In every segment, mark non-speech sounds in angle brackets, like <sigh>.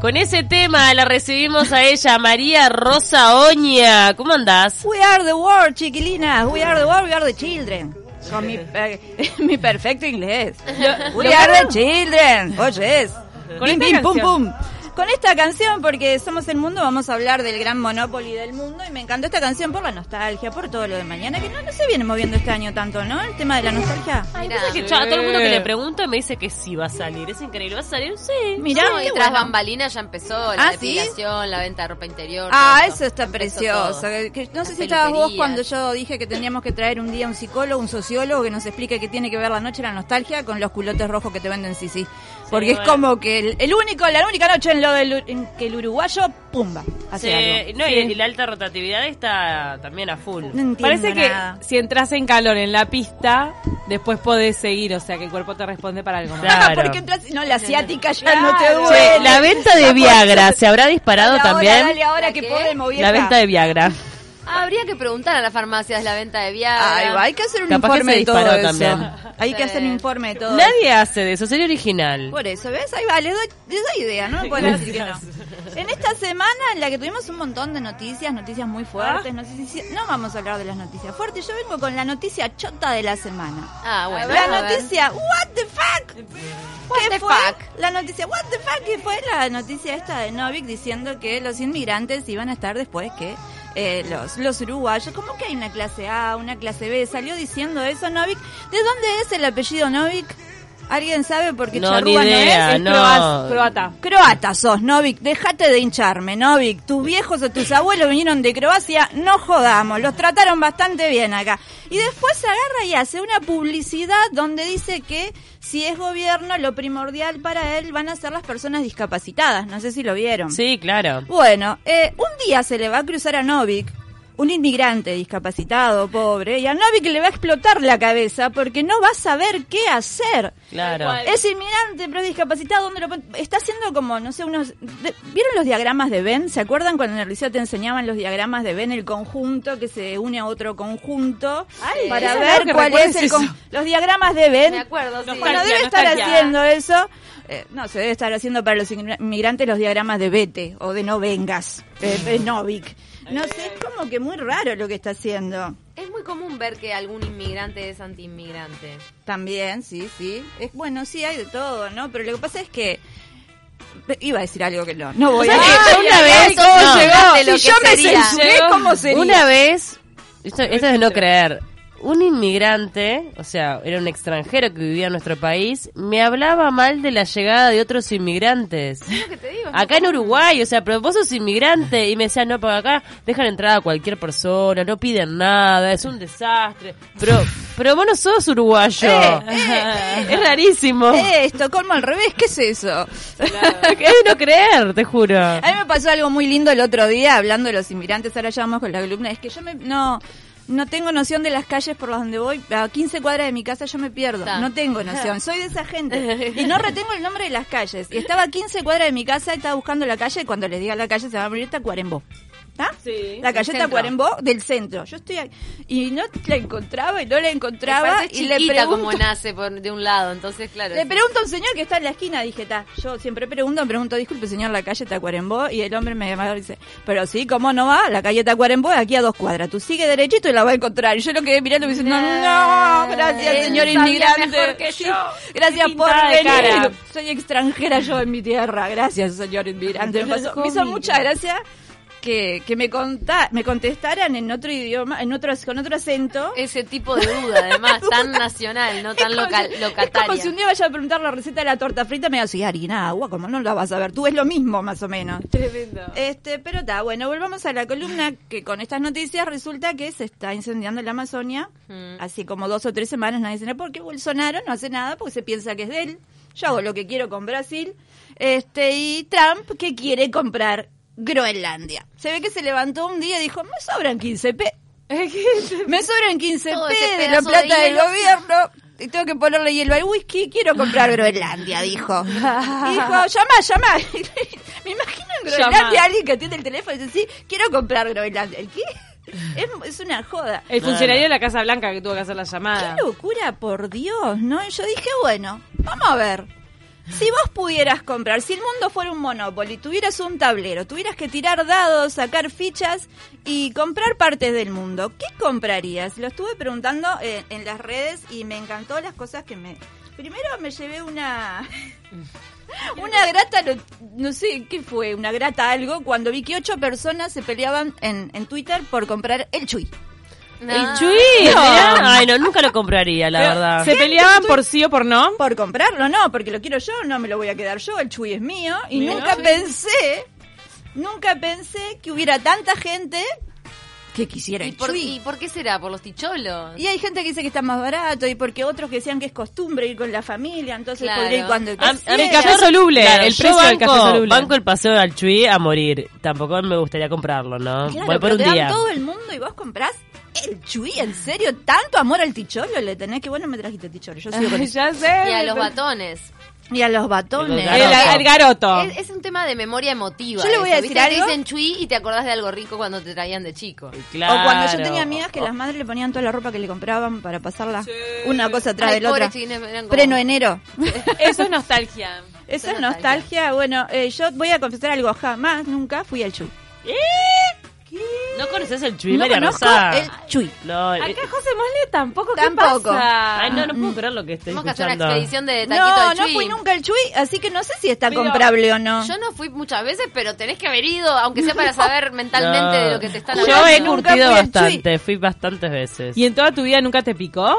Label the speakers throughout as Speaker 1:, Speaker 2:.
Speaker 1: Con ese tema la recibimos a ella, María Rosa Oña. ¿Cómo andás?
Speaker 2: We are the world, chiquilinas. We are the world, we are the children. Con mi, eh, <laughs> mi
Speaker 1: <laughs>
Speaker 2: perfecto inglés. <laughs> We are the children. Oye, es.
Speaker 1: Con
Speaker 2: Pim,
Speaker 1: esta
Speaker 2: pim, pum,
Speaker 1: canción.
Speaker 2: pum. Con esta canción, porque somos el mundo, vamos a hablar del gran Monopoly del mundo. Y me encantó esta canción por la nostalgia, por todo lo de mañana, que no, no se viene moviendo este año tanto, ¿no? El tema de la nostalgia.
Speaker 1: Ay, cosa que yo a todo el mundo que le pregunto me dice que sí va a salir. Es increíble. ¿Va a salir? Sí.
Speaker 2: Mirá,
Speaker 3: No, y
Speaker 2: qué
Speaker 3: tras
Speaker 2: bueno.
Speaker 3: bambalinas ya empezó
Speaker 2: ¿Ah,
Speaker 3: la
Speaker 2: sí?
Speaker 3: depilación, la venta de ropa interior.
Speaker 2: Ah,
Speaker 3: todo
Speaker 2: eso está
Speaker 3: Empezó
Speaker 2: precioso.
Speaker 3: todo.
Speaker 2: Que- que no sé
Speaker 3: Las
Speaker 2: si estabas vos
Speaker 3: peluquerías.
Speaker 2: cuando yo dije que tendríamos que traer un día un psicólogo, un sociólogo que nos explique qué tiene que ver la noche de la nostalgia con los culotes rojos que te venden Sisi. Porque es
Speaker 1: bueno.
Speaker 2: como que el, el único, la única noche en, lo del- en que el uruguayo, pumba, hace
Speaker 1: Sí,
Speaker 2: algo.
Speaker 1: no,
Speaker 2: Sí.
Speaker 1: y, y la alta rotatividad está también a full.
Speaker 2: No entiendo
Speaker 4: Parece que
Speaker 2: nada.
Speaker 4: si entras en calor en la pista, después podés seguir, o sea que el cuerpo te responde para algo. más.
Speaker 1: <laughs> Claro.
Speaker 2: <laughs> Porque entras, no, la asiática ya no te duele.
Speaker 1: Che, la venta
Speaker 2: <laughs>
Speaker 1: de Viagra se habrá disparado
Speaker 2: Dale ahora,
Speaker 1: también.
Speaker 2: dale ahora
Speaker 3: ¿La
Speaker 2: que
Speaker 3: qué?
Speaker 2: podemos, vieja.
Speaker 1: la venta de Viagra.
Speaker 3: Ah, habría que preguntar a las farmacias la venta de viajes.
Speaker 2: Ay, va, Ah, hay que hacer un
Speaker 1: Capaz que
Speaker 2: informe
Speaker 1: se
Speaker 2: de todo
Speaker 1: disparó
Speaker 2: eso.
Speaker 1: también.
Speaker 2: Hay que
Speaker 3: Sí.
Speaker 2: hacer un informe de todo eso.
Speaker 1: Nadie hace de eso, sería original.
Speaker 2: Por eso, ¿ves? Ahí va, les doy, les doy idea, no me pueden decir que no. En esta semana en la que tuvimos un montón de noticias, noticias muy fuertes, no, sé si- si- no vamos a hablar de las noticias fuertes, yo vengo con la noticia chota de la semana.
Speaker 3: Ah, bueno.
Speaker 2: la
Speaker 3: a ver.
Speaker 2: noticia, what the fuck,
Speaker 3: What
Speaker 2: ¿Qué
Speaker 3: the
Speaker 2: fue?
Speaker 3: fuck?
Speaker 2: La noticia, what the fuck, que fue la noticia esta de Novik diciendo que los inmigrantes iban a estar después que eh, los, los uruguayos, ¿cómo que hay una clase A, una clase B? Salió diciendo eso Novik. ¿De dónde es el apellido Novik? ¿Alguien sabe? Porque
Speaker 1: No,
Speaker 2: charrúa
Speaker 1: ni idea,
Speaker 2: no es.
Speaker 4: Es
Speaker 1: no.
Speaker 4: croaz- croata.
Speaker 2: Croata sos, Novik, dejate de hincharme, Novik. Tus viejos o tus abuelos vinieron de Croacia, no jodamos, los trataron bastante bien acá. Y después se agarra y hace una publicidad donde dice que si es gobierno, lo primordial para él van a ser las personas discapacitadas. No sé si lo vieron.
Speaker 1: Sí, claro.
Speaker 2: Bueno, eh, un día se le va a cruzar a Novik, un inmigrante discapacitado, pobre, y a Novik le va a explotar la cabeza porque no va a saber qué hacer.
Speaker 1: Claro.
Speaker 2: Es inmigrante, pero discapacitado. ¿dónde lo pon- está haciendo como, no sé, unos... de- ¿Vieron los diagramas de Ben? ¿Se acuerdan cuando en el liceo te enseñaban los diagramas de Ben, el conjunto que se une a otro conjunto?
Speaker 4: Ay,
Speaker 2: para
Speaker 4: eso es
Speaker 2: ver
Speaker 4: lo que
Speaker 2: cuál
Speaker 4: recuerdo
Speaker 2: es el...
Speaker 4: eso.
Speaker 2: con- Los diagramas de Ben.
Speaker 3: Me acuerdo, sí.
Speaker 2: Bueno,
Speaker 4: Nostalgia,
Speaker 2: debe estar
Speaker 4: nostalgia.
Speaker 2: haciendo eso. Eh, no, se debe estar haciendo para los inmigrantes los diagramas de vete o de no vengas, de, de no Vic. No sé, es como que muy raro lo que está haciendo.
Speaker 3: Es muy común ver que algún inmigrante es antiinmigrante.
Speaker 2: También, sí, sí. Es, bueno, sí, hay de todo, ¿no? Pero lo que pasa es que... Iba a decir algo que no, no voy a...
Speaker 1: ¿Sabes qué?
Speaker 2: ¡Ay,
Speaker 1: Una
Speaker 2: ay,
Speaker 1: vez-
Speaker 2: ay, ¿cómo
Speaker 1: no.
Speaker 3: De
Speaker 2: llegó?
Speaker 3: lo
Speaker 2: Si
Speaker 3: que
Speaker 2: yo me
Speaker 3: sería.
Speaker 2: censuré, ¿cómo sería?
Speaker 1: Una vez, esto, esto es no creer, un inmigrante, o sea, era un extranjero que vivía en nuestro país, me hablaba mal de la llegada de otros inmigrantes.
Speaker 3: ¿Qué te digo?
Speaker 1: Acá en Uruguay, o sea, pero vos sos inmigrante y me decían, no, para acá dejan entrar a cualquier persona, no piden nada, es un desastre. Pero, pero vos no sos uruguayo. <laughs> Es rarísimo.
Speaker 2: Eh, Estocolmo al revés, ¿qué es eso?
Speaker 1: <laughs> Es de no creer, te juro.
Speaker 2: A mí me pasó algo muy lindo el otro día hablando de los inmigrantes, ahora ya vamos con la columna, es que yo me, no no tengo noción de las calles por las donde voy, a 15 cuadras de mi casa yo me pierdo,
Speaker 3: Ta.
Speaker 2: no tengo
Speaker 3: <laughs>
Speaker 2: noción, soy de esa gente y no retengo el nombre de las calles. Y estaba a 15 cuadras de mi casa, estaba buscando la calle y cuando les diga la calle se va a morir Tacuarembó. ¿Ah?
Speaker 4: Sí,
Speaker 2: la
Speaker 3: del
Speaker 2: calle
Speaker 3: centro.
Speaker 2: Tacuarembó del centro. Yo estoy ahí. y no la encontraba y no la encontraba
Speaker 3: Aparte es
Speaker 2: y le
Speaker 3: chiquita
Speaker 2: pregunto
Speaker 3: como nace por, de un lado, entonces claro.
Speaker 2: le
Speaker 3: sí.
Speaker 2: pregunto a un señor que está en la esquina, dije, ta, yo siempre pregunto, pregunto, disculpe señor, la calle Tacuarembó, y el hombre me llama y dice, pero sí, ¿cómo no va? La calle Tacuarembó es aquí a dos cuadras, tú sigue derechito y la va a encontrar. Y yo lo quedé mirando y me dice, no, no, gracias señor
Speaker 3: sabía
Speaker 2: inmigrante.
Speaker 3: mejor que
Speaker 2: Sí,
Speaker 3: yo.
Speaker 2: Gracias
Speaker 4: Qué
Speaker 2: por
Speaker 4: pintada de
Speaker 2: venir.
Speaker 4: cara.
Speaker 2: Soy extranjera yo en mi tierra, gracias señor inmigrante. Me, pasó- me hizo mucha gracia. Que, que me conta, me contestaran en otro idioma, en otro, con otro acento.
Speaker 3: Ese tipo de duda,
Speaker 2: <laughs>
Speaker 3: además, tan nacional, no tan
Speaker 2: Es como
Speaker 3: local,
Speaker 2: si- Es
Speaker 3: locataria.
Speaker 2: como si un día vaya a preguntar la receta de la torta frita, me va a decir harina, agua, como no la vas a ver. Tú es lo mismo, más o menos.
Speaker 4: Tremendo.
Speaker 2: Este, pero está, bueno, volvamos a la columna que con estas noticias resulta que se está incendiando la Amazonia.
Speaker 3: Mm.
Speaker 2: Así como dos o tres semanas nadie dice nada, porque Bolsonaro no hace nada porque se piensa que es de él. Yo hago lo que quiero con Brasil. Este, y Trump que quiere comprar Groenlandia. Se ve que se levantó un día y dijo, me sobran 15
Speaker 3: <laughs>
Speaker 2: p. Me sobran 15
Speaker 3: Todo
Speaker 2: p
Speaker 3: ese
Speaker 2: de la
Speaker 3: pedazo
Speaker 2: plata
Speaker 3: de
Speaker 2: del
Speaker 3: hielo.
Speaker 2: gobierno. Y tengo que ponerle hielo al whisky. Quiero comprar Groenlandia, dijo. Y dijo, llamá, llamá. <laughs> Me imagino en Groenlandia
Speaker 4: Llamá.
Speaker 2: alguien que atiende el teléfono y dice, sí, quiero comprar Groenlandia. ¿El qué? Es, es una joda.
Speaker 4: El funcionario de la Casa Blanca que tuvo que hacer la llamada.
Speaker 2: Qué locura, por Dios, ¿no? Y Yo dije, bueno, vamos a ver. Si vos pudieras comprar, si el mundo fuera un Monopoly, tuvieras un tablero, tuvieras que tirar dados, sacar fichas y comprar partes del mundo, ¿qué comprarías? Lo estuve preguntando en, en las redes y me encantó las cosas que me... Primero me llevé una... <laughs> Una grata, no, no sé qué fue, una grata algo, cuando vi que ocho personas se peleaban en, en Twitter por comprar el chui.
Speaker 1: El chui, mirá. Ay, no, nunca lo compraría, la
Speaker 4: Pero,
Speaker 1: verdad.
Speaker 4: ¿Se peleaban por sí o por no?
Speaker 2: Por comprarlo, no, porque lo quiero yo, no me lo voy a quedar yo, el chui es mío. Y
Speaker 4: Mira.
Speaker 2: nunca pensé, nunca pensé que hubiera tanta gente que quisiera
Speaker 3: ¿Y
Speaker 2: el
Speaker 3: por,
Speaker 2: chui.
Speaker 3: ¿Y por qué será? ¿Por los ticholos?
Speaker 2: Y hay gente que dice que está más barato y porque otros que decían que es costumbre ir con la familia, entonces
Speaker 3: Claro.
Speaker 2: podría ir cuando
Speaker 1: A- a
Speaker 2: quisiera.
Speaker 1: mí
Speaker 4: El café soluble,
Speaker 1: Claro,
Speaker 4: el
Speaker 1: yo
Speaker 4: precio del café
Speaker 1: banco-
Speaker 4: soluble.
Speaker 1: Banco el paseo al Chuy a morir. Tampoco me gustaría comprarlo, ¿no?
Speaker 2: Claro,
Speaker 1: Voy por
Speaker 2: pero
Speaker 1: un
Speaker 2: te dan
Speaker 1: día.
Speaker 2: todo el mundo y vos comprás el chui, ¿en serio? ¿Tanto amor al ticholo le tenés? Que bueno me trajiste ticholo, <laughs> yo
Speaker 4: <laughs>
Speaker 2: sigo con eso.
Speaker 4: ya sé.
Speaker 3: Y a los batones.
Speaker 2: Y a los
Speaker 1: El
Speaker 2: batones.
Speaker 4: El, el garoto.
Speaker 3: Es, es un tema de memoria emotiva.
Speaker 2: Yo le voy a
Speaker 3: eso,
Speaker 2: decir
Speaker 3: ¿viste? Te
Speaker 2: algo.
Speaker 3: dicen chui y te acordás de algo rico cuando te traían de chico.
Speaker 1: Claro. Oh,
Speaker 2: O cuando yo tenía amigas que las madres le ponían toda la ropa que le compraban para pasarla una cosa atrás
Speaker 3: Ay,
Speaker 2: de la otra.
Speaker 3: pobres chiquines, eran como-
Speaker 2: Preno
Speaker 3: <laughs>
Speaker 2: enero.
Speaker 4: Eso es nostalgia.
Speaker 2: Esa
Speaker 3: Eso
Speaker 2: es
Speaker 3: es
Speaker 2: nostalgia. Bueno, eh, yo voy a confesar algo. Jamás, nunca fui al Chuy.
Speaker 1: ¿No conoces el Chuy,
Speaker 2: No
Speaker 1: María
Speaker 2: conozco
Speaker 1: Rosa?
Speaker 2: el Chuy.
Speaker 1: No, eh,
Speaker 4: Acá José Mosle tampoco. ¿Qué
Speaker 2: Tampoco.
Speaker 4: pasa?
Speaker 1: Ay, no, no puedo creer lo que estoy
Speaker 3: Tenemos que hacer una
Speaker 1: escuchando.
Speaker 3: expedición de taquito
Speaker 2: No,
Speaker 3: al
Speaker 2: no
Speaker 3: chui.
Speaker 2: fui nunca al Chuy, así que no sé si está
Speaker 4: Pero-
Speaker 2: comprable o no.
Speaker 3: Yo no fui muchas veces, pero tenés que haber ido, aunque sea para saber mentalmente
Speaker 1: No.
Speaker 3: de lo que te están
Speaker 1: Yo
Speaker 3: hablando.
Speaker 1: he
Speaker 2: Nunca fui
Speaker 1: curtido
Speaker 2: al Chuy.
Speaker 1: bastante, fui bastantes veces.
Speaker 4: ¿Y en toda tu vida nunca te picó?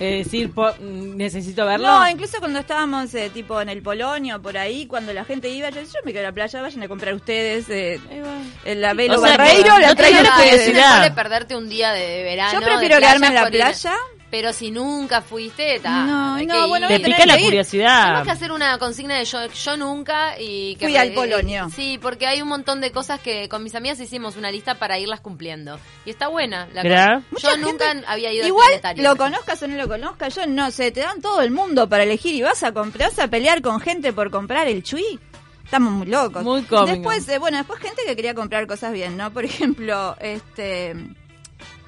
Speaker 4: Es decir, po- mm, necesito verlo.
Speaker 2: No, incluso cuando estábamos eh, tipo en el Polonio, por ahí, cuando la gente iba, yo decía, yo me quedo en la playa, vayan a comprar ustedes eh,
Speaker 4: Ahí va.
Speaker 2: en la
Speaker 1: O
Speaker 2: Velo
Speaker 1: sea,
Speaker 2: Barreiro,
Speaker 1: que
Speaker 2: la
Speaker 1: no
Speaker 2: traen
Speaker 1: tenía
Speaker 3: nada,
Speaker 1: nada que
Speaker 2: ustedes.
Speaker 1: decir.
Speaker 3: no te vale
Speaker 1: curiosidad.
Speaker 3: perderte un día de verano.
Speaker 2: Yo
Speaker 3: de
Speaker 2: prefiero
Speaker 3: playa,
Speaker 2: quedarme en la
Speaker 3: por ir-
Speaker 2: playa.
Speaker 3: Pero si nunca fuiste, ta,
Speaker 2: No,
Speaker 3: hay
Speaker 2: no,
Speaker 3: que ir.
Speaker 2: bueno, voy a
Speaker 1: Te
Speaker 2: tener
Speaker 1: pica la
Speaker 2: que ir.
Speaker 1: curiosidad.
Speaker 3: Tenemos que hacer una consigna de yo, yo nunca y que
Speaker 2: Ah. Fui al
Speaker 3: eh,
Speaker 2: Polonio.
Speaker 3: Sí, porque hay un montón de cosas que con mis amigas hicimos una lista para irlas cumpliendo. Y está buena la
Speaker 1: Mirá.
Speaker 3: cosa. Yo nunca había ido al
Speaker 2: Igual,
Speaker 3: planetario.
Speaker 2: lo conozcas o no lo conozcas, yo no sé, te dan todo el mundo para elegir y vas a comprar, vas a pelear con gente por comprar el chui. Estamos muy locos.
Speaker 4: Muy cómico.
Speaker 2: Después, eh, bueno, después gente que quería comprar cosas bien, ¿no? Por <laughs> ejemplo, este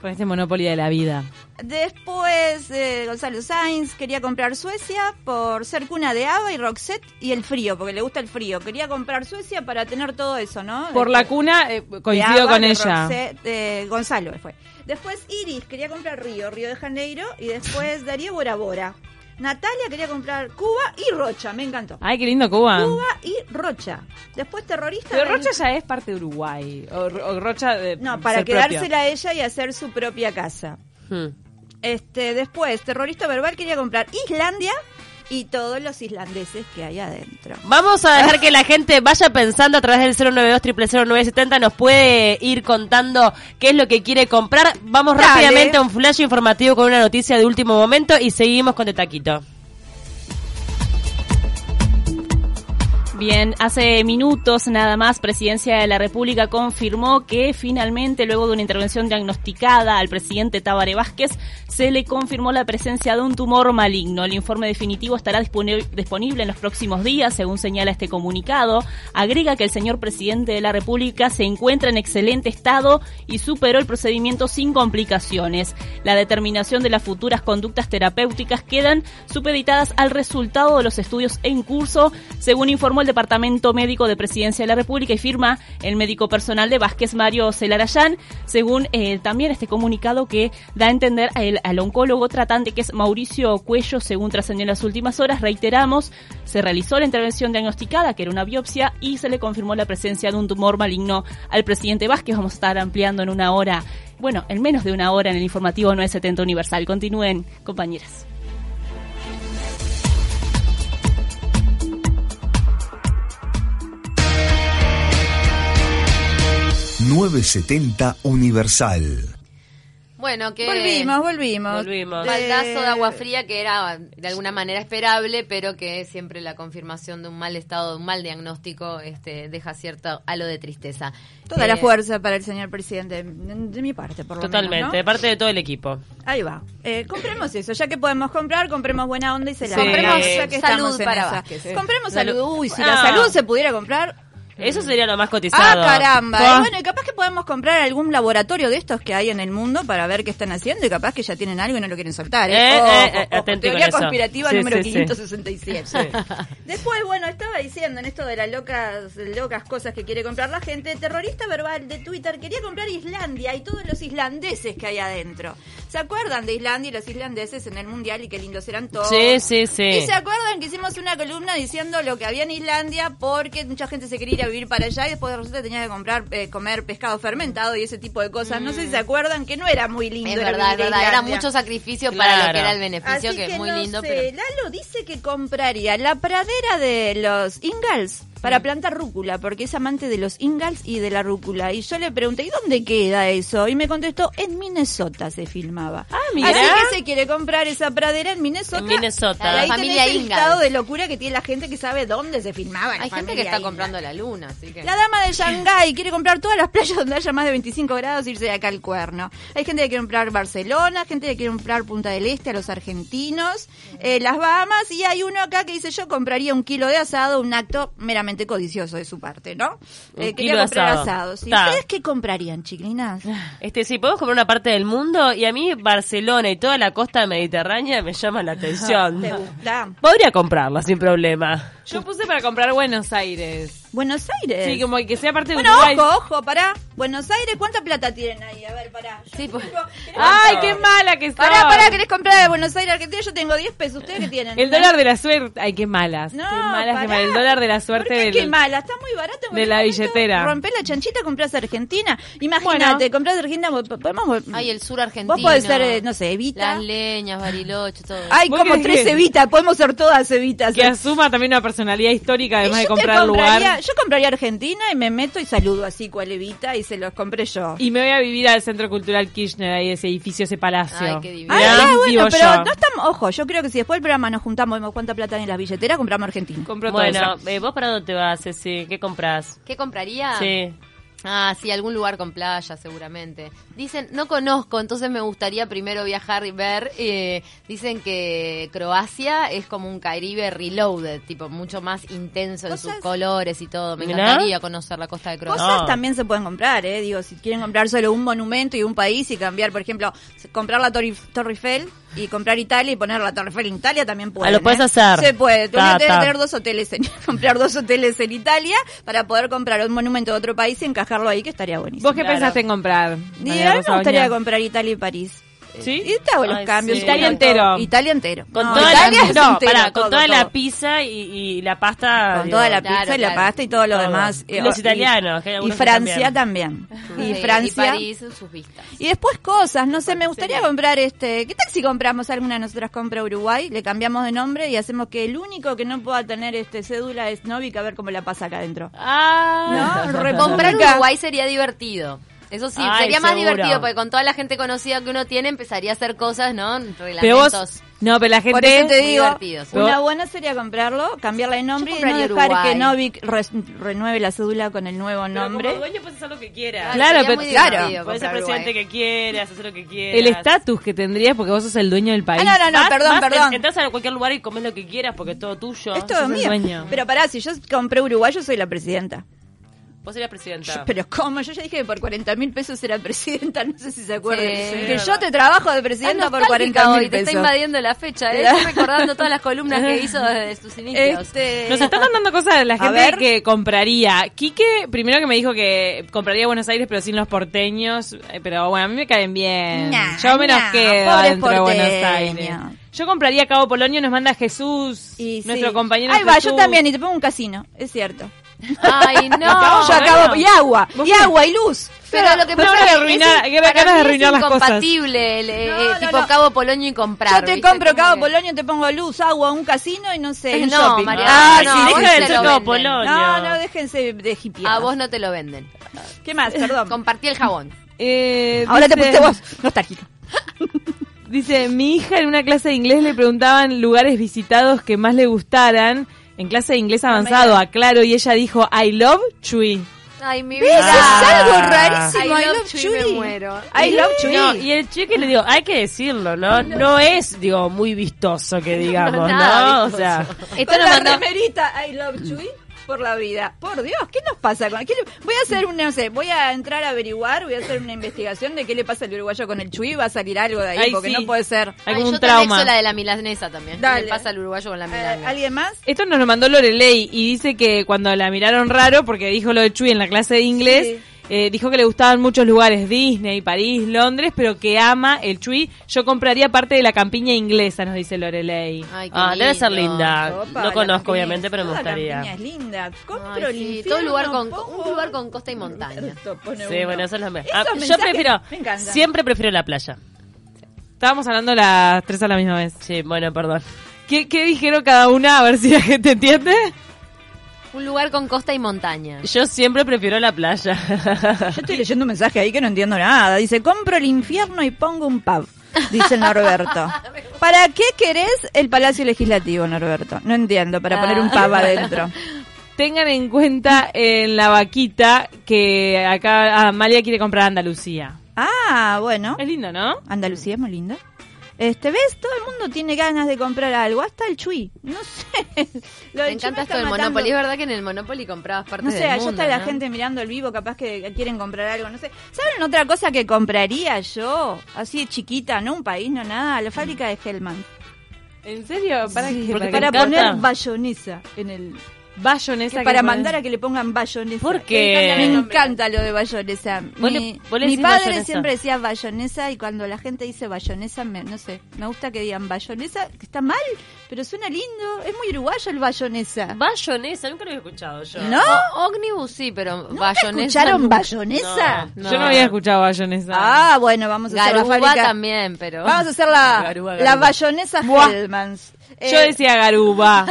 Speaker 4: Con este Monopoly de la vida.
Speaker 2: después eh, Gonzalo Sainz quería comprar Suecia por ser cuna de Ava y Roxette y el frío, porque le gusta el frío. Quería comprar Suecia para tener todo eso, ¿no?
Speaker 4: Por la
Speaker 2: Este,
Speaker 4: cuna, eh,
Speaker 2: de
Speaker 4: coincido
Speaker 2: Abba,
Speaker 4: con
Speaker 2: de
Speaker 4: ella.
Speaker 2: Roxette, de Gonzalo fue. Después Iris quería comprar Río, Río de Janeiro. Y después
Speaker 4: <laughs>
Speaker 2: Darío Bora Bora. Natalia quería comprar Cuba y Rocha, me encantó.
Speaker 4: Ay, qué lindo Cuba.
Speaker 2: Cuba y Rocha. Después terrorista.
Speaker 4: Pero Rocha ya es parte de Uruguay. O, o Rocha de,
Speaker 2: No, para
Speaker 4: ser propio.
Speaker 2: quedársela a ella y hacer su propia casa.
Speaker 1: Hmm.
Speaker 2: Este, después, terrorista verbal quería comprar Islandia y todos los islandeses que hay adentro.
Speaker 1: Vamos a dejar que la gente vaya pensando a través del 092 0970 nos puede ir contando qué es lo que quiere comprar. Vamos
Speaker 2: Dale.
Speaker 1: rápidamente a un flash informativo con una noticia de último momento y seguimos con el taquito.
Speaker 5: Bien, hace minutos nada más, Presidencia de la República confirmó que finalmente, luego de una intervención diagnosticada al presidente Tabaré Vázquez, se le confirmó la presencia de un tumor maligno. El informe definitivo estará dispone- disponible en los próximos días, según señala este comunicado. Agrega que el señor presidente de la República se encuentra en excelente estado y superó el procedimiento sin complicaciones. La determinación de las futuras conductas terapéuticas quedan supeditadas al resultado de los estudios en curso, según informó el Departamento Médico de Presidencia de la República y firma el médico personal de Vázquez Mario Celarayán, según eh, también este comunicado que da a entender a el- al oncólogo tratante que es Mauricio Cuello, según trascendió en las últimas horas, reiteramos, se realizó la intervención diagnosticada, que era una biopsia, y se le confirmó la presencia de un tumor maligno al presidente Vázquez. Vamos a estar ampliando en una hora, bueno, en menos de una hora en el informativo 970 Universal. Continúen, compañeras.
Speaker 6: Universal.
Speaker 3: Bueno, que...
Speaker 2: Volvimos, volvimos.
Speaker 1: Volvimos.
Speaker 3: Baldazo de agua
Speaker 2: Eh,
Speaker 3: fría que era de alguna manera esperable, pero que siempre la confirmación de un mal estado, de un mal diagnóstico, este, deja cierto halo de tristeza.
Speaker 2: Toda
Speaker 3: Eh,
Speaker 2: la fuerza para el señor presidente, de mi parte, por lo
Speaker 1: Totalmente,
Speaker 2: menos. ¿no?
Speaker 1: de parte de todo el equipo.
Speaker 2: Ahí va. Eh, compremos eso, ya que podemos comprar, compremos buena onda y se la
Speaker 1: Sí. Compremos
Speaker 2: ya que
Speaker 3: salud
Speaker 2: estamos en
Speaker 3: para
Speaker 2: esa.
Speaker 3: Vázquez. eh.
Speaker 2: Compremos
Speaker 1: Salud.
Speaker 2: salud. Uy, si
Speaker 1: Ah.
Speaker 2: la salud se pudiera comprar,
Speaker 1: Eso sería lo más
Speaker 2: Ah,
Speaker 1: cotizado.
Speaker 2: caramba.
Speaker 1: Ah.
Speaker 2: Y bueno, y capaz que podemos comprar algún laboratorio de estos que hay en el mundo para ver qué están haciendo y capaz que ya tienen algo y no lo quieren soltar. ¿eh?
Speaker 1: Eh,
Speaker 2: Ojo,
Speaker 1: eh, eh,
Speaker 2: ojo.
Speaker 1: atenti
Speaker 2: Teoría
Speaker 1: con eso.
Speaker 2: conspirativa
Speaker 1: Sí,
Speaker 2: número
Speaker 1: sí, sí.
Speaker 2: 567. Después, bueno, estaba diciendo en esto de las locas, locas cosas que quiere comprar la gente, terrorista verbal de Twitter quería comprar Islandia y todos los islandeses que hay adentro. ¿Se acuerdan de Islandia y los islandeses en el mundial y qué lindos eran todos?
Speaker 1: Sí, sí, sí.
Speaker 2: Y se acuerdan que hicimos una columna diciendo lo que había en Islandia porque mucha gente se quería ir a vivir para allá y después de resulta tenía que comprar eh, comer pescado fermentado y ese tipo de cosas. No sé si se acuerdan que no era muy lindo.
Speaker 3: Es
Speaker 2: era
Speaker 3: verdad, es
Speaker 2: vivir a
Speaker 3: verdad. Era
Speaker 2: Islandia.
Speaker 3: mucho sacrificio para lo
Speaker 1: Claro.
Speaker 3: que era el beneficio,
Speaker 2: Así
Speaker 3: que es muy
Speaker 2: no
Speaker 3: lindo,
Speaker 2: sé.
Speaker 3: pero...
Speaker 2: Lalo dice que compraría la pradera de los Ingalls
Speaker 3: Mm.
Speaker 2: para plantar rúcula, porque es amante de los Ingalls y de la rúcula. Y yo le pregunté, ¿y dónde queda eso? Y me contestó, en Minnesota se filmaba. Ah,
Speaker 1: mirá.
Speaker 2: Así que se quiere comprar esa pradera en Minnesota.
Speaker 1: En Minnesota.
Speaker 2: Ahí
Speaker 3: La familia
Speaker 2: tenés el
Speaker 3: Ingalls.
Speaker 2: estado de locura que tiene la gente que sabe dónde se filmaba. la
Speaker 3: Hay gente
Speaker 2: familia
Speaker 3: que está
Speaker 2: Ingalls.
Speaker 3: comprando la luna, así que...
Speaker 2: La dama de Shanghái quiere comprar todas las playas donde haya más de 25 grados e irse de acá al cuerno. Hay gente que quiere comprar Barcelona, gente que quiere comprar Punta del Este, a los argentinos, eh, las Bahamas, y hay uno acá que dice yo compraría un kilo de asado, un acto meramente codicioso de su parte, ¿no?
Speaker 1: Un
Speaker 2: Eh,
Speaker 1: kilo
Speaker 2: quería
Speaker 1: de
Speaker 2: comprar
Speaker 1: asado.
Speaker 2: asados. ¿Y
Speaker 1: Ta.
Speaker 2: ustedes qué comprarían, chiquilinas?
Speaker 1: Este, sí, podemos comprar una parte del mundo y a mí Barcelona y toda la costa mediterránea me llama la atención.
Speaker 2: <laughs> ¿Te gusta?
Speaker 1: Podría comprarla sin problema.
Speaker 4: Yo puse para comprar Buenos Aires.
Speaker 2: Buenos Aires.
Speaker 4: Sí, como que sea parte de
Speaker 2: Bueno,
Speaker 4: Uruguay.
Speaker 2: ojo, ojo, pará. Buenos Aires, ¿cuánta plata tienen ahí? A ver, pará. Yo
Speaker 3: Sí, pues.
Speaker 2: tengo-
Speaker 4: Ah, Ay, qué mala que está.
Speaker 2: Pará, pará, ¿querés comprar de Buenos Aires, Argentina? Yo tengo 10 pesos. ¿Ustedes qué tienen?
Speaker 4: El dólar de la suerte. Ay, qué malas.
Speaker 2: No,
Speaker 4: qué malas, qué
Speaker 2: pará.
Speaker 4: malas. El dólar de la
Speaker 2: ¿Por qué
Speaker 4: suerte
Speaker 2: qué
Speaker 4: del.
Speaker 2: mala? Está muy barato. en
Speaker 4: de la
Speaker 2: cualquier momento
Speaker 4: billetera.
Speaker 2: Rompés la chanchita, comprás Argentina. Imagínate,
Speaker 4: Bueno.
Speaker 2: comprás Argentina. vos- Podemos,
Speaker 3: Ay, el sur argentino.
Speaker 2: Vos podés ser, eh, no sé, Evita. Ah.
Speaker 3: Las leñas, Bariloche, todo.
Speaker 2: Hay
Speaker 4: ¿Vos
Speaker 2: como
Speaker 4: querés
Speaker 2: tres
Speaker 4: que-
Speaker 2: Evitas. Podemos ser todas Evitas.
Speaker 4: Que asuma también una personalidad histórica, además de
Speaker 2: Yo te
Speaker 4: comprar
Speaker 2: compraría-
Speaker 4: lugar.
Speaker 2: Yo compraría Argentina y me meto y saludo así cual Evita y se los compré yo.
Speaker 4: Y me voy a vivir al Centro Cultural Kirchner, ahí ese edificio, ese palacio.
Speaker 3: Ay, qué divino.
Speaker 2: Ah,
Speaker 4: Mirá,
Speaker 2: mirá, bueno,
Speaker 4: vivo
Speaker 2: pero
Speaker 4: yo.
Speaker 2: no estamos. Ojo, yo creo que si después del programa nos juntamos, vemos cuánta plata hay en la billetera, compramos Argentina.
Speaker 4: Compro todo
Speaker 1: Bueno,
Speaker 4: eso.
Speaker 1: eh, ¿vos para dónde te vas, Ceci? ¿Qué compras?
Speaker 3: ¿Qué compraría?
Speaker 1: Sí.
Speaker 3: Ah, sí, algún lugar con playa, seguramente. Dicen, no conozco, entonces me gustaría primero viajar y ver. eh, dicen que Croacia es como un Caribe reloaded, tipo mucho más intenso en sus
Speaker 2: Cosas-
Speaker 3: colores y todo. Me
Speaker 1: Mirá.
Speaker 3: encantaría conocer la costa de Croacia.
Speaker 2: Cosas
Speaker 1: No.
Speaker 2: también se pueden comprar, ¿eh? Digo, si quieren comprar solo un monumento y un país y cambiar, por ejemplo, comprar la Torre, Torre Eiffel y comprar Italia y poner la Torre Eiffel en Italia también pueden.
Speaker 1: Ah, lo puedes
Speaker 2: ¿eh?
Speaker 1: hacer.
Speaker 2: Se puede. Tú
Speaker 1: Ta,
Speaker 2: tienes que
Speaker 1: ta.
Speaker 2: tener dos hoteles en, <laughs> comprar dos hoteles en Italia para poder comprar un monumento de otro país y encajarlo ahí, que estaría buenísimo.
Speaker 4: ¿Vos qué pensaste en comprar?
Speaker 2: Y
Speaker 4: María
Speaker 2: a mí
Speaker 4: Rosa
Speaker 2: me gustaría
Speaker 4: Oña?
Speaker 2: comprar Italia y París.
Speaker 4: ¿Sí?
Speaker 2: Y te hago los
Speaker 1: Ay,
Speaker 2: cambios.
Speaker 1: sí.
Speaker 2: un poco
Speaker 4: Italia
Speaker 2: de
Speaker 4: entero.
Speaker 2: todo. Italia entero.
Speaker 1: Con
Speaker 2: No,
Speaker 1: toda
Speaker 2: Italia
Speaker 1: la,
Speaker 2: es
Speaker 1: no,
Speaker 2: entero,
Speaker 1: pará, con
Speaker 2: todo,
Speaker 1: toda la
Speaker 2: todo.
Speaker 1: pizza y, y la pasta.
Speaker 2: Con
Speaker 1: digo,
Speaker 2: toda la
Speaker 3: claro,
Speaker 2: pizza y la
Speaker 3: claro.
Speaker 2: pasta y todo lo
Speaker 1: Todo.
Speaker 2: demás.
Speaker 1: Y los
Speaker 2: Eh,
Speaker 1: italianos, que hay
Speaker 2: Y
Speaker 1: algunos que
Speaker 2: Francia también.
Speaker 3: Sí,
Speaker 2: Y Francia. Y,
Speaker 3: París, sus vistas.
Speaker 2: después cosas, no sé, me gustaría comprar este. ¿Qué tal si compramos alguna de nosotras compra Uruguay? Le cambiamos de nombre y hacemos que el único que no pueda tener este cédula es Novik a ver cómo la pasa acá adentro.
Speaker 4: Ah,
Speaker 3: <laughs>
Speaker 2: ¿No? Re
Speaker 3: Comprar
Speaker 2: polémica.
Speaker 3: Uruguay sería divertido. Eso sí,
Speaker 1: Ay,
Speaker 3: sería más
Speaker 1: seguro.
Speaker 3: divertido porque con toda la gente conocida que uno tiene empezaría a hacer cosas, ¿no? Reglamentos.
Speaker 4: pero vos. No, pero la gente.
Speaker 2: Por eso te
Speaker 3: muy
Speaker 2: digo,
Speaker 3: divertidos.
Speaker 2: una buena sería comprarlo, cambiarle de nombre y no
Speaker 3: compraría
Speaker 2: dejar
Speaker 3: Uruguay.
Speaker 2: que Novik re- renueve la cédula con el nuevo nombre.
Speaker 1: Como dueño puedes hacer lo que quieras.
Speaker 4: Claro,
Speaker 3: sería
Speaker 4: pero-
Speaker 3: muy
Speaker 2: claro.
Speaker 3: divertido
Speaker 1: Puedes ser
Speaker 3: comprar
Speaker 1: presidente
Speaker 3: Uruguay.
Speaker 1: que quieras, hacer lo que quieras.
Speaker 4: El estatus que tendrías porque vos sos el dueño del país.
Speaker 2: Ah, no, no, no,
Speaker 1: Vas-
Speaker 2: perdón,
Speaker 1: vas,
Speaker 2: perdón.
Speaker 1: Entras a cualquier lugar y comes lo que quieras porque es todo tuyo.
Speaker 2: Esto
Speaker 4: sos
Speaker 2: es
Speaker 4: el
Speaker 2: mío.
Speaker 4: dueño.
Speaker 2: Pero pará, si yo compré Uruguay, yo soy la presidenta.
Speaker 1: Vos eras presidenta.
Speaker 2: Yo- pero ¿cómo? Yo ya dije que por 40 mil pesos era presidenta, <laughs> no sé si se acuerdan.
Speaker 3: Sí,
Speaker 2: que
Speaker 1: sí,
Speaker 2: yo te trabajo de presidenta
Speaker 3: Está
Speaker 2: por 40
Speaker 3: hoy,
Speaker 2: mil
Speaker 3: te está
Speaker 2: pesos.
Speaker 3: invadiendo la fecha,
Speaker 2: <laughs>
Speaker 3: ¿eh?
Speaker 2: Te da-
Speaker 3: Estoy recordando todas las columnas que hizo desde sus inicios.
Speaker 2: Este,
Speaker 4: Nos están mandando cosas de la
Speaker 2: A
Speaker 4: gente
Speaker 2: ver.
Speaker 4: que compraría. Quique, primero que me dijo que compraría Buenos Aires, pero sin los porteños. Eh, Pero bueno, a mí me caen bien.
Speaker 2: Nah,
Speaker 4: Yo me los
Speaker 2: nah,
Speaker 4: quedo
Speaker 2: pobres
Speaker 4: adentro de Buenos
Speaker 2: porteños.
Speaker 4: Aires. Yo compraría Cabo Polonio, nos manda Jesús,
Speaker 2: y sí.
Speaker 4: nuestro compañero.
Speaker 2: Ahí va, yo
Speaker 4: Jesús.
Speaker 2: también, y te pongo un casino, es cierto.
Speaker 1: <laughs>
Speaker 3: Ay, no.
Speaker 2: yo acabo, y agua, y agua, y luz.
Speaker 3: Pero lo que
Speaker 4: No,
Speaker 3: pasa
Speaker 4: no,
Speaker 3: es que
Speaker 4: arruinar-
Speaker 3: es,
Speaker 4: que me
Speaker 3: para
Speaker 4: acabas de
Speaker 3: mí
Speaker 4: arruinar
Speaker 3: es
Speaker 4: las cosas.
Speaker 3: incompatible el, eh,
Speaker 2: No,
Speaker 3: eh,
Speaker 2: no,
Speaker 3: tipo
Speaker 2: no.
Speaker 3: Cabo Polonio y comprar.
Speaker 2: Yo te
Speaker 3: ¿viste?
Speaker 2: compro
Speaker 3: Como
Speaker 2: Cabo
Speaker 3: que-
Speaker 2: Polonio, te pongo luz, agua, un casino y no sé, un
Speaker 3: No,
Speaker 2: shopping.
Speaker 3: Mariana,
Speaker 1: Ah,
Speaker 3: no,
Speaker 1: sí,
Speaker 3: vos
Speaker 1: deja
Speaker 3: se
Speaker 1: de
Speaker 3: lo
Speaker 1: ser como
Speaker 3: venden.
Speaker 1: Polonio.
Speaker 2: no, no, déjense de hippie.
Speaker 3: A vos no te lo venden.
Speaker 2: ¿Qué más? Perdón. <laughs>
Speaker 3: Compartí el jabón.
Speaker 4: Eh,
Speaker 2: Ahora te
Speaker 4: dice-
Speaker 2: puse vos, nostálgica.
Speaker 4: Dice, mi hija en una clase de inglés le preguntaban lugares visitados que más le gustaran. En clase de inglés
Speaker 2: Ah,
Speaker 4: avanzado, aclaro, y ella dijo, I love Chuy.
Speaker 3: Ay, mi
Speaker 2: ¿Ves? Es
Speaker 3: vida.
Speaker 2: algo rarísimo.
Speaker 3: I love Chuy, me
Speaker 2: Chuy.
Speaker 3: muero.
Speaker 2: I love Chuy.
Speaker 1: No, y el chique le digo, hay que decirlo, ¿no? No es, digo, muy vistoso que digamos,
Speaker 3: nada
Speaker 1: ¿no? O
Speaker 3: vistoso.
Speaker 1: sea,
Speaker 3: Esto
Speaker 2: Con
Speaker 3: lo
Speaker 2: la
Speaker 3: mandó.
Speaker 2: remerita I love Chuy. por la vida. Por Dios, ¿qué nos pasa? Con, qué le- voy a hacer un, no sé, voy a entrar a averiguar, voy a hacer una investigación de qué le pasa al uruguayo con el chuy, va a salir algo de ahí,
Speaker 4: Ay,
Speaker 2: porque
Speaker 4: sí.
Speaker 2: no puede ser.
Speaker 4: Hay
Speaker 3: Ay,
Speaker 4: como
Speaker 3: Ah, yo
Speaker 4: un
Speaker 3: te anexo
Speaker 4: trauma.
Speaker 3: la de la milanesa también. ¿Qué
Speaker 2: Dale.
Speaker 3: le pasa al uruguayo con la
Speaker 2: Eh,
Speaker 3: milanesa?
Speaker 2: ¿Alguien más?
Speaker 4: Esto nos lo mandó Lorelei y dice que cuando la miraron raro, porque dijo lo de Chuy en la clase de inglés,
Speaker 2: Sí.
Speaker 4: eh, dijo que le gustaban muchos lugares, Disney, París, Londres, pero que ama el Chuy. Yo compraría parte de la campiña inglesa, nos dice Lorelei.
Speaker 3: Ay, qué
Speaker 1: Ah, debe ser
Speaker 3: lindo.
Speaker 1: linda.
Speaker 2: Opa,
Speaker 1: no
Speaker 2: la
Speaker 1: conozco,
Speaker 2: campiña
Speaker 1: obviamente,
Speaker 2: es-
Speaker 1: pero me
Speaker 2: toda Campiña
Speaker 1: gustaría.
Speaker 2: es linda. Compro
Speaker 3: Ay,
Speaker 2: el
Speaker 3: sí,
Speaker 2: infierno,
Speaker 3: todo lugar con,
Speaker 2: pongo-
Speaker 3: un lugar con costa y montaña.
Speaker 2: <laughs> Esto pone
Speaker 1: Sí,
Speaker 2: uno.
Speaker 1: bueno, eso es lo mejor. Ah,
Speaker 2: Esos
Speaker 1: yo
Speaker 2: mensajes
Speaker 1: prefiero,
Speaker 2: me encantan.
Speaker 1: siempre prefiero la playa.
Speaker 4: Estábamos hablando las tres a la misma vez.
Speaker 1: Sí, bueno, perdón.
Speaker 4: ¿Qué, qué dijeron cada una? A ver si la gente entiende.
Speaker 3: Un lugar con costa y montaña.
Speaker 1: Yo siempre prefiero la playa.
Speaker 2: <laughs> Yo estoy leyendo un mensaje ahí que no entiendo nada. Dice, compro el infierno y pongo un pub. Dice
Speaker 3: <laughs>
Speaker 2: Norberto. ¿Para qué querés el Palacio Legislativo, Norberto? No entiendo, para poner un
Speaker 3: Ah.
Speaker 2: pub
Speaker 3: <laughs>
Speaker 2: adentro.
Speaker 4: Tengan en cuenta en la vaquita que acá Amalia quiere comprar Andalucía.
Speaker 2: Ah, bueno.
Speaker 4: Es lindo, ¿no?
Speaker 2: Andalucía es muy linda. Este, ¿ves? Todo el mundo tiene ganas de comprar algo, hasta el Chuy. No
Speaker 3: <laughs>
Speaker 2: sé. Lo
Speaker 3: Me
Speaker 2: del Chuy
Speaker 3: encanta
Speaker 2: está
Speaker 3: esto del
Speaker 2: matando.
Speaker 3: Monopoly. Es verdad que en el Monopoly comprabas partes
Speaker 2: No sé,
Speaker 3: del
Speaker 2: allá
Speaker 3: mundo,
Speaker 2: está la
Speaker 3: ¿no?
Speaker 2: gente mirando el vivo, capaz que quieren comprar algo, no sé. ¿Saben otra cosa que compraría yo? Así de chiquita, no un país, no nada. La fábrica de Hellman.
Speaker 4: ¿En serio? ¿Para qué?
Speaker 1: porque
Speaker 2: Para
Speaker 1: encanta.
Speaker 2: poner bayonesa en el...
Speaker 4: bayonesa.
Speaker 2: que
Speaker 4: que
Speaker 2: para
Speaker 4: ponen.
Speaker 2: mandar a que le pongan bayonesa.
Speaker 1: ¿Por qué?
Speaker 2: Me encanta lo de bayonesa.
Speaker 1: ¿Vos le-
Speaker 2: Mi,
Speaker 1: vos le
Speaker 2: mi
Speaker 1: decís
Speaker 2: padre
Speaker 1: bayonesa?
Speaker 2: siempre decía bayonesa y cuando la gente dice bayonesa, me- no sé, me gusta que digan bayonesa, que está mal, pero suena lindo. Es muy uruguayo el bayonesa.
Speaker 1: Bayonesa, nunca lo había escuchado yo.
Speaker 2: ¿No?
Speaker 3: O- Ómnibus sí, pero bayonesa.
Speaker 2: ¿Escucharon
Speaker 3: no.
Speaker 2: bayonesa?
Speaker 1: No.
Speaker 4: Yo no había escuchado bayonesa.
Speaker 2: Ah, bueno, vamos a hacer la
Speaker 3: Garúa
Speaker 2: fábrica.
Speaker 3: también, pero.
Speaker 2: Vamos a hacer la,
Speaker 1: Garúa,
Speaker 2: la
Speaker 1: garúa.
Speaker 2: bayonesa
Speaker 4: Buah.
Speaker 2: Hellmans. Eh,
Speaker 4: Yo decía garuba.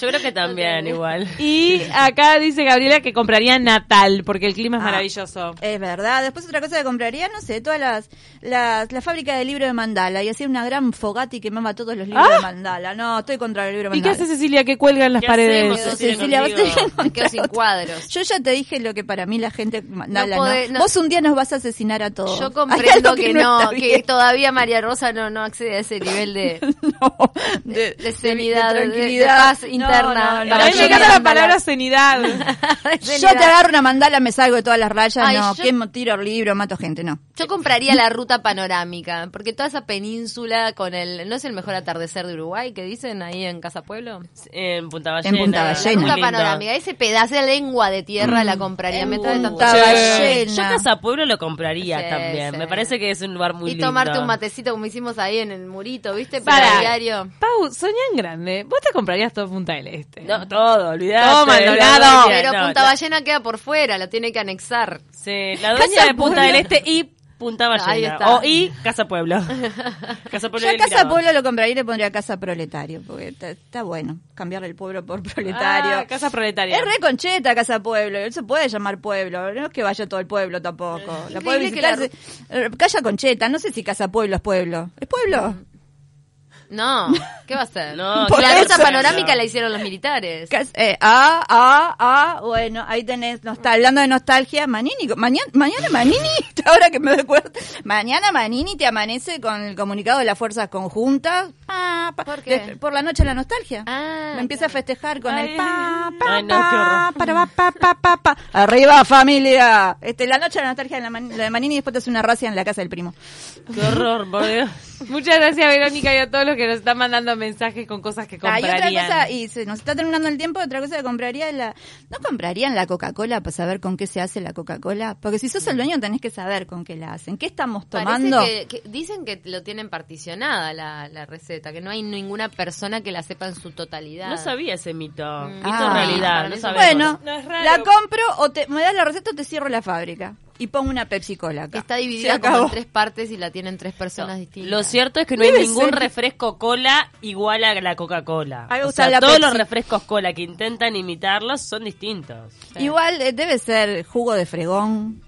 Speaker 1: Yo creo que también, igual.
Speaker 4: Y acá dice Gabriela que compraría Natal, porque el clima es maravilloso.
Speaker 2: Es verdad. Después otra cosa que compraría, no sé, todas las, las la fábrica de libros de mandala y hacía una gran fogata y quemaba todos los libros
Speaker 3: Ah.
Speaker 2: de mandala. No, estoy contra el libro de
Speaker 4: ¿Y qué
Speaker 2: mandala.
Speaker 4: hace Cecilia que cuelga en las
Speaker 1: ¿Qué
Speaker 4: paredes?
Speaker 1: hacemos?
Speaker 2: Sí, Cecilia,
Speaker 1: contigo.
Speaker 2: vas a tener que
Speaker 3: Me quedo sin
Speaker 2: encontrar
Speaker 3: cuadros.
Speaker 2: Yo ya te dije lo que para mí la gente mandala,
Speaker 3: No
Speaker 2: ¿no?
Speaker 3: podés- no.
Speaker 2: Vos un día nos vas a asesinar a todos.
Speaker 3: Yo
Speaker 2: Oh. <laughs> Hay algo
Speaker 3: comprendo que, no,
Speaker 2: está
Speaker 3: que
Speaker 2: bien.
Speaker 3: todavía María Rosa no, no accede a ese nivel de.
Speaker 2: <laughs> No, de,
Speaker 3: de serenidad, de- de
Speaker 2: tranquilidad.
Speaker 3: paz
Speaker 2: No,
Speaker 3: interna.
Speaker 2: no,
Speaker 4: Para
Speaker 2: no,
Speaker 3: Para
Speaker 4: mí
Speaker 2: yo
Speaker 4: me
Speaker 2: no-
Speaker 3: llegar
Speaker 4: encanta la
Speaker 3: mandala.
Speaker 4: palabra cenidad.
Speaker 3: <laughs>
Speaker 2: Yo te agarro una mandala, me salgo de todas las rayas,
Speaker 3: Ay,
Speaker 2: no,
Speaker 3: yo-
Speaker 2: quemo, tiro el libro, mato gente, no.
Speaker 3: Yo compraría la ruta panorámica, porque toda esa península con el. ¿No es el mejor atardecer de Uruguay que dicen ahí en Casa Pueblo?
Speaker 1: En Punta
Speaker 2: En
Speaker 1: Ballena.
Speaker 2: Punta
Speaker 3: La
Speaker 2: Ballena.
Speaker 1: Muy
Speaker 3: ruta
Speaker 1: lindo. Mm.
Speaker 3: panorámica, ese pedazo de lengua de tierra la compraría. me trae tanto-
Speaker 2: Punta Ballena.
Speaker 1: Eh, Yo Casa Pueblo lo compraría
Speaker 3: Sí,
Speaker 1: también.
Speaker 3: sí.
Speaker 1: Me parece que es un lugar muy
Speaker 3: Y
Speaker 1: lindo.
Speaker 3: tomarte un matecito como hicimos ahí en el murito, ¿viste? Para,
Speaker 4: Para.
Speaker 3: diario.
Speaker 4: Pau, soñan grande. Vos te comprarías todo Punta del Este.
Speaker 1: No, todo, olvidate.
Speaker 4: Todo Maldonado.
Speaker 1: La dueña,
Speaker 3: Pero
Speaker 1: no,
Speaker 3: Punta
Speaker 1: la-
Speaker 3: Ballena queda por fuera, la tiene que anexar.
Speaker 1: sí, la dueña de Punta del Este y Punta Ballena.
Speaker 3: Ahí está.
Speaker 1: O y Casa Pueblo. Casa Pueblo.
Speaker 2: Yo a
Speaker 1: del
Speaker 2: Casa
Speaker 1: Mirador.
Speaker 2: Pueblo lo compraría y le pondría Casa Proletario, porque está, está bueno cambiarle el pueblo por proletario.
Speaker 4: Ah, casa proletaria.
Speaker 2: Es re concheta Casa Pueblo, él se puede llamar pueblo, no es que vaya todo el pueblo tampoco. La puede
Speaker 3: Increíble que la-
Speaker 2: visitar. eh, Calla concheta, no sé si Casa Pueblo es pueblo. ¿Es pueblo?
Speaker 3: No, ¿qué va a
Speaker 1: <laughs>
Speaker 3: ser?
Speaker 1: No,
Speaker 2: Por
Speaker 3: la ruta
Speaker 2: eso.
Speaker 3: panorámica la hicieron los militares.
Speaker 2: Cas- eh, ah, ah, ah, bueno, ahí tenés, no está hablando de nostalgia, Manini, mañana, mañana Manini, <laughs> ahora que me recuerdo, mañana Manini te amanece con el comunicado de las fuerzas conjuntas, Pa, pa.
Speaker 3: ¿Por qué?
Speaker 2: por la noche la nostalgia,
Speaker 3: Ah,
Speaker 2: me empieza a festejar con
Speaker 4: Ay.
Speaker 2: el pa, pa,
Speaker 1: Ay, no, qué horror.
Speaker 2: pa, para, pa, pa, pa, pa, pa. arriba familia, este, la noche la nostalgia de, la Mani- la de Manini y después te hace una racia en la casa del primo.
Speaker 1: Qué horror, por Dios.
Speaker 4: Muchas gracias, Verónica, y a todos los que nos están mandando mensajes con cosas que
Speaker 2: Ah, y
Speaker 4: comprarían.
Speaker 2: otra cosa, y se nos está terminando el tiempo, otra cosa que compraría es la... ¿No comprarían la Coca-Cola para saber con qué se hace la Coca-Cola? Porque si sos el dueño tenés que saber con qué la hacen. ¿Qué estamos tomando?
Speaker 3: Mm. Parece que, que- dicen que lo tienen particionada la, la receta, que no hay ninguna persona que la sepa en su totalidad.
Speaker 1: No sabía ese mito. Mito
Speaker 2: Ah.
Speaker 1: realidad.
Speaker 3: Para
Speaker 1: No
Speaker 3: mí
Speaker 1: sabemos.
Speaker 2: Bueno,
Speaker 4: No, es raro.
Speaker 2: la compro o te, me das la receta o te cierro la fábrica. Y pongo una Pepsi-Cola acá.
Speaker 3: Está
Speaker 2: Se
Speaker 3: dividida como
Speaker 2: acabó.
Speaker 3: en tres partes y la tienen tres personas distintas.
Speaker 1: Lo cierto es que no hay
Speaker 2: Debe
Speaker 1: ningún
Speaker 2: ser.
Speaker 1: refresco cola igual a la Coca-Cola.
Speaker 2: A mí me
Speaker 1: O
Speaker 2: gusta
Speaker 1: sea,
Speaker 2: la
Speaker 1: todos
Speaker 2: Pepsi.
Speaker 1: los refrescos cola que intentan imitarlos son distintos.
Speaker 2: Igual eh, debe ser jugo de fregón.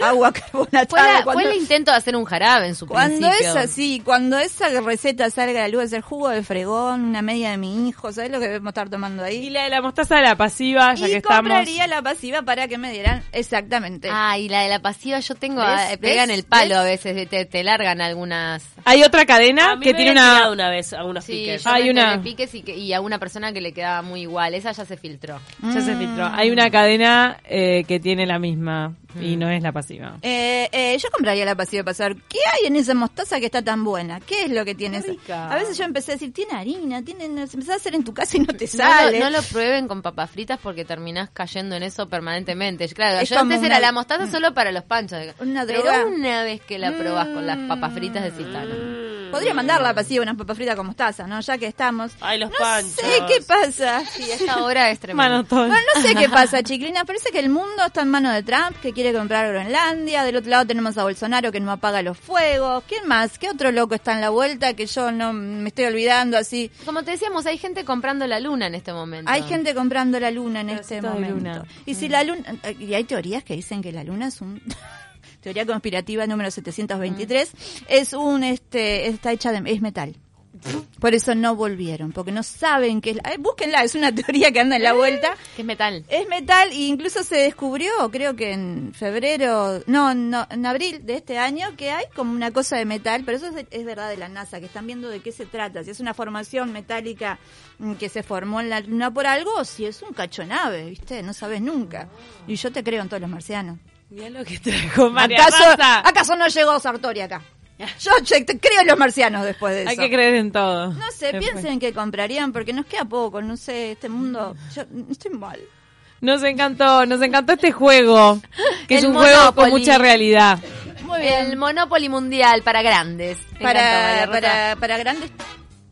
Speaker 2: agua carbonatada.
Speaker 3: Fue, la- fue
Speaker 2: cuando-
Speaker 3: el intento de hacer un jarabe en su
Speaker 2: Cuando
Speaker 3: principio.
Speaker 2: es así, cuando esa receta salga a la luz, es el jugo de fregón, una media de mi hijo, ¿sabes lo que debemos estar tomando
Speaker 4: Y
Speaker 2: ahí?
Speaker 4: la de la mostaza de la pasiva, ya
Speaker 2: Y
Speaker 4: que estamos.
Speaker 2: compraría la pasiva para que me dieran exactamente.
Speaker 3: Ah, y la de la pasiva yo tengo,
Speaker 2: ¿Ves?
Speaker 3: eh, pegan
Speaker 2: ¿Ves?
Speaker 3: el palo
Speaker 2: ¿Ves?
Speaker 3: a veces, te, te largan algunas.
Speaker 4: Hay otra
Speaker 1: A
Speaker 4: cadena
Speaker 1: mí
Speaker 4: Ah, que
Speaker 1: me
Speaker 4: tiene
Speaker 1: habían
Speaker 4: una.
Speaker 1: tirado una vez a unos
Speaker 3: Sí,
Speaker 1: piques.
Speaker 3: yo
Speaker 4: Hay
Speaker 3: me
Speaker 4: una-
Speaker 3: tomé piques y, que- y a una persona que le quedaba muy igual. Esa ya se filtró.
Speaker 4: Ya se filtró. Hay una Mm. cadena eh, que tiene la misma y no es la pasiva.
Speaker 2: Eh, eh, yo compraría la pasiva para saber qué hay en esa mostaza que está tan buena. ¿Qué es lo que tiene esa? A veces yo empecé a decir, tiene harina, tiene. Empezás a hacer en tu casa y no te
Speaker 3: No lo-
Speaker 2: sale.
Speaker 3: No, lo prueben con papas fritas porque terminás cayendo en eso permanentemente. Claro,
Speaker 2: Es
Speaker 3: yo antes
Speaker 2: como
Speaker 3: era
Speaker 2: una- Mm.
Speaker 3: la mostaza solo para los panchos.
Speaker 2: Una droga. Mm.
Speaker 3: Pero una vez que la probás con las papas fritas decís, "Ah, no".
Speaker 2: Podría mandar la pasiva unas papas fritas con mostaza, ¿no? Ya que estamos.
Speaker 1: Mm. Ay, los
Speaker 2: no
Speaker 1: panchos.
Speaker 2: sé qué pasa.
Speaker 3: Y esta hora es tremendo.
Speaker 4: Mano, todo.
Speaker 2: Mm. Bueno, no sé qué pasa, Chiclina. Parece que el mundo está en manos de Trump, que quiere comprar Groenlandia. Del otro lado tenemos a Bolsonaro, que no apaga los fuegos. ¿Quién más? ¿Qué otro loco está en la vuelta que yo no me estoy olvidando así?
Speaker 3: Como te decíamos, hay gente comprando la luna en este momento.
Speaker 2: Hay gente comprando la luna en este
Speaker 4: de
Speaker 2: momento.
Speaker 4: luna.
Speaker 2: Y si la luna. eh, Y hay teorías que dicen que la luna es un. <laughs> Teoría conspirativa número 723. Es un. este Está hecha de. Es metal. Por eso no volvieron, porque no saben qué es. la- eh, búsquenla, es una teoría que anda en la vuelta.
Speaker 3: que es metal.
Speaker 2: Es metal e incluso se descubrió, creo que en febrero, no, no, en abril de este año, que hay como una cosa de metal, pero eso es, es verdad de la NASA, que están viendo de qué se trata, si es una formación metálica mm, que se formó en la Luna por algo o si es un cachonave, ¿viste? No sabes nunca. Y yo te creo en todos los marcianos.
Speaker 4: Mirá lo que trajo María
Speaker 2: ¿Acaso,
Speaker 4: Rosa.
Speaker 2: ¿Acaso no llegó
Speaker 4: <laughs>
Speaker 2: Sartori acá? Yo che, te creo en los marcianos después de eso.
Speaker 4: Hay que creer en todo.
Speaker 2: No sé,
Speaker 4: Después.
Speaker 2: piensen que comprarían porque nos queda poco, no sé, este mundo, yo estoy mal.
Speaker 4: Nos encantó, nos encantó este juego,
Speaker 2: <laughs>
Speaker 4: que es
Speaker 3: El
Speaker 4: un juego con
Speaker 3: Monopoly.
Speaker 4: mucha realidad.
Speaker 2: Muy
Speaker 3: El Monopoly Mundial para grandes. Me encantó, María
Speaker 2: para,
Speaker 3: Rosa.
Speaker 2: para, para grandes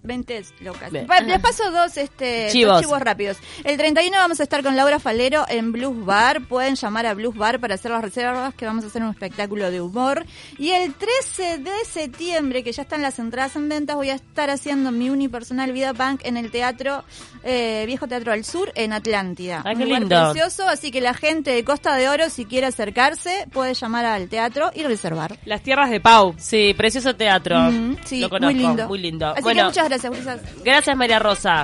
Speaker 2: 20 locas.
Speaker 1: Bien.
Speaker 2: Pa- les paso dos, este, dos chivos.
Speaker 4: Chivos.
Speaker 2: rápidos. El 31 vamos a estar con Laura Falero en Blues Bar. Pueden llamar a Blues Bar para hacer las reservas, que vamos a hacer un espectáculo de humor. Y el 13 de septiembre, que ya están las entradas en ventas, voy a estar haciendo mi unipersonal Vida Punk en el teatro eh, Viejo Teatro del Sur en Atlántida.
Speaker 1: Ah,
Speaker 2: Un
Speaker 1: qué
Speaker 2: lugar
Speaker 1: lindo.
Speaker 2: precioso, así que la gente de Costa de Oro, si quiere acercarse, puede llamar al teatro y reservar.
Speaker 4: Las tierras de Pau.
Speaker 1: Sí, precioso teatro.
Speaker 2: Ujú, Mm, sí,
Speaker 1: Lo conozco,
Speaker 2: muy lindo.
Speaker 1: Muy lindo.
Speaker 2: Así
Speaker 1: bueno,
Speaker 2: que muchas gracias, Brisas.
Speaker 1: gracias María Rosa.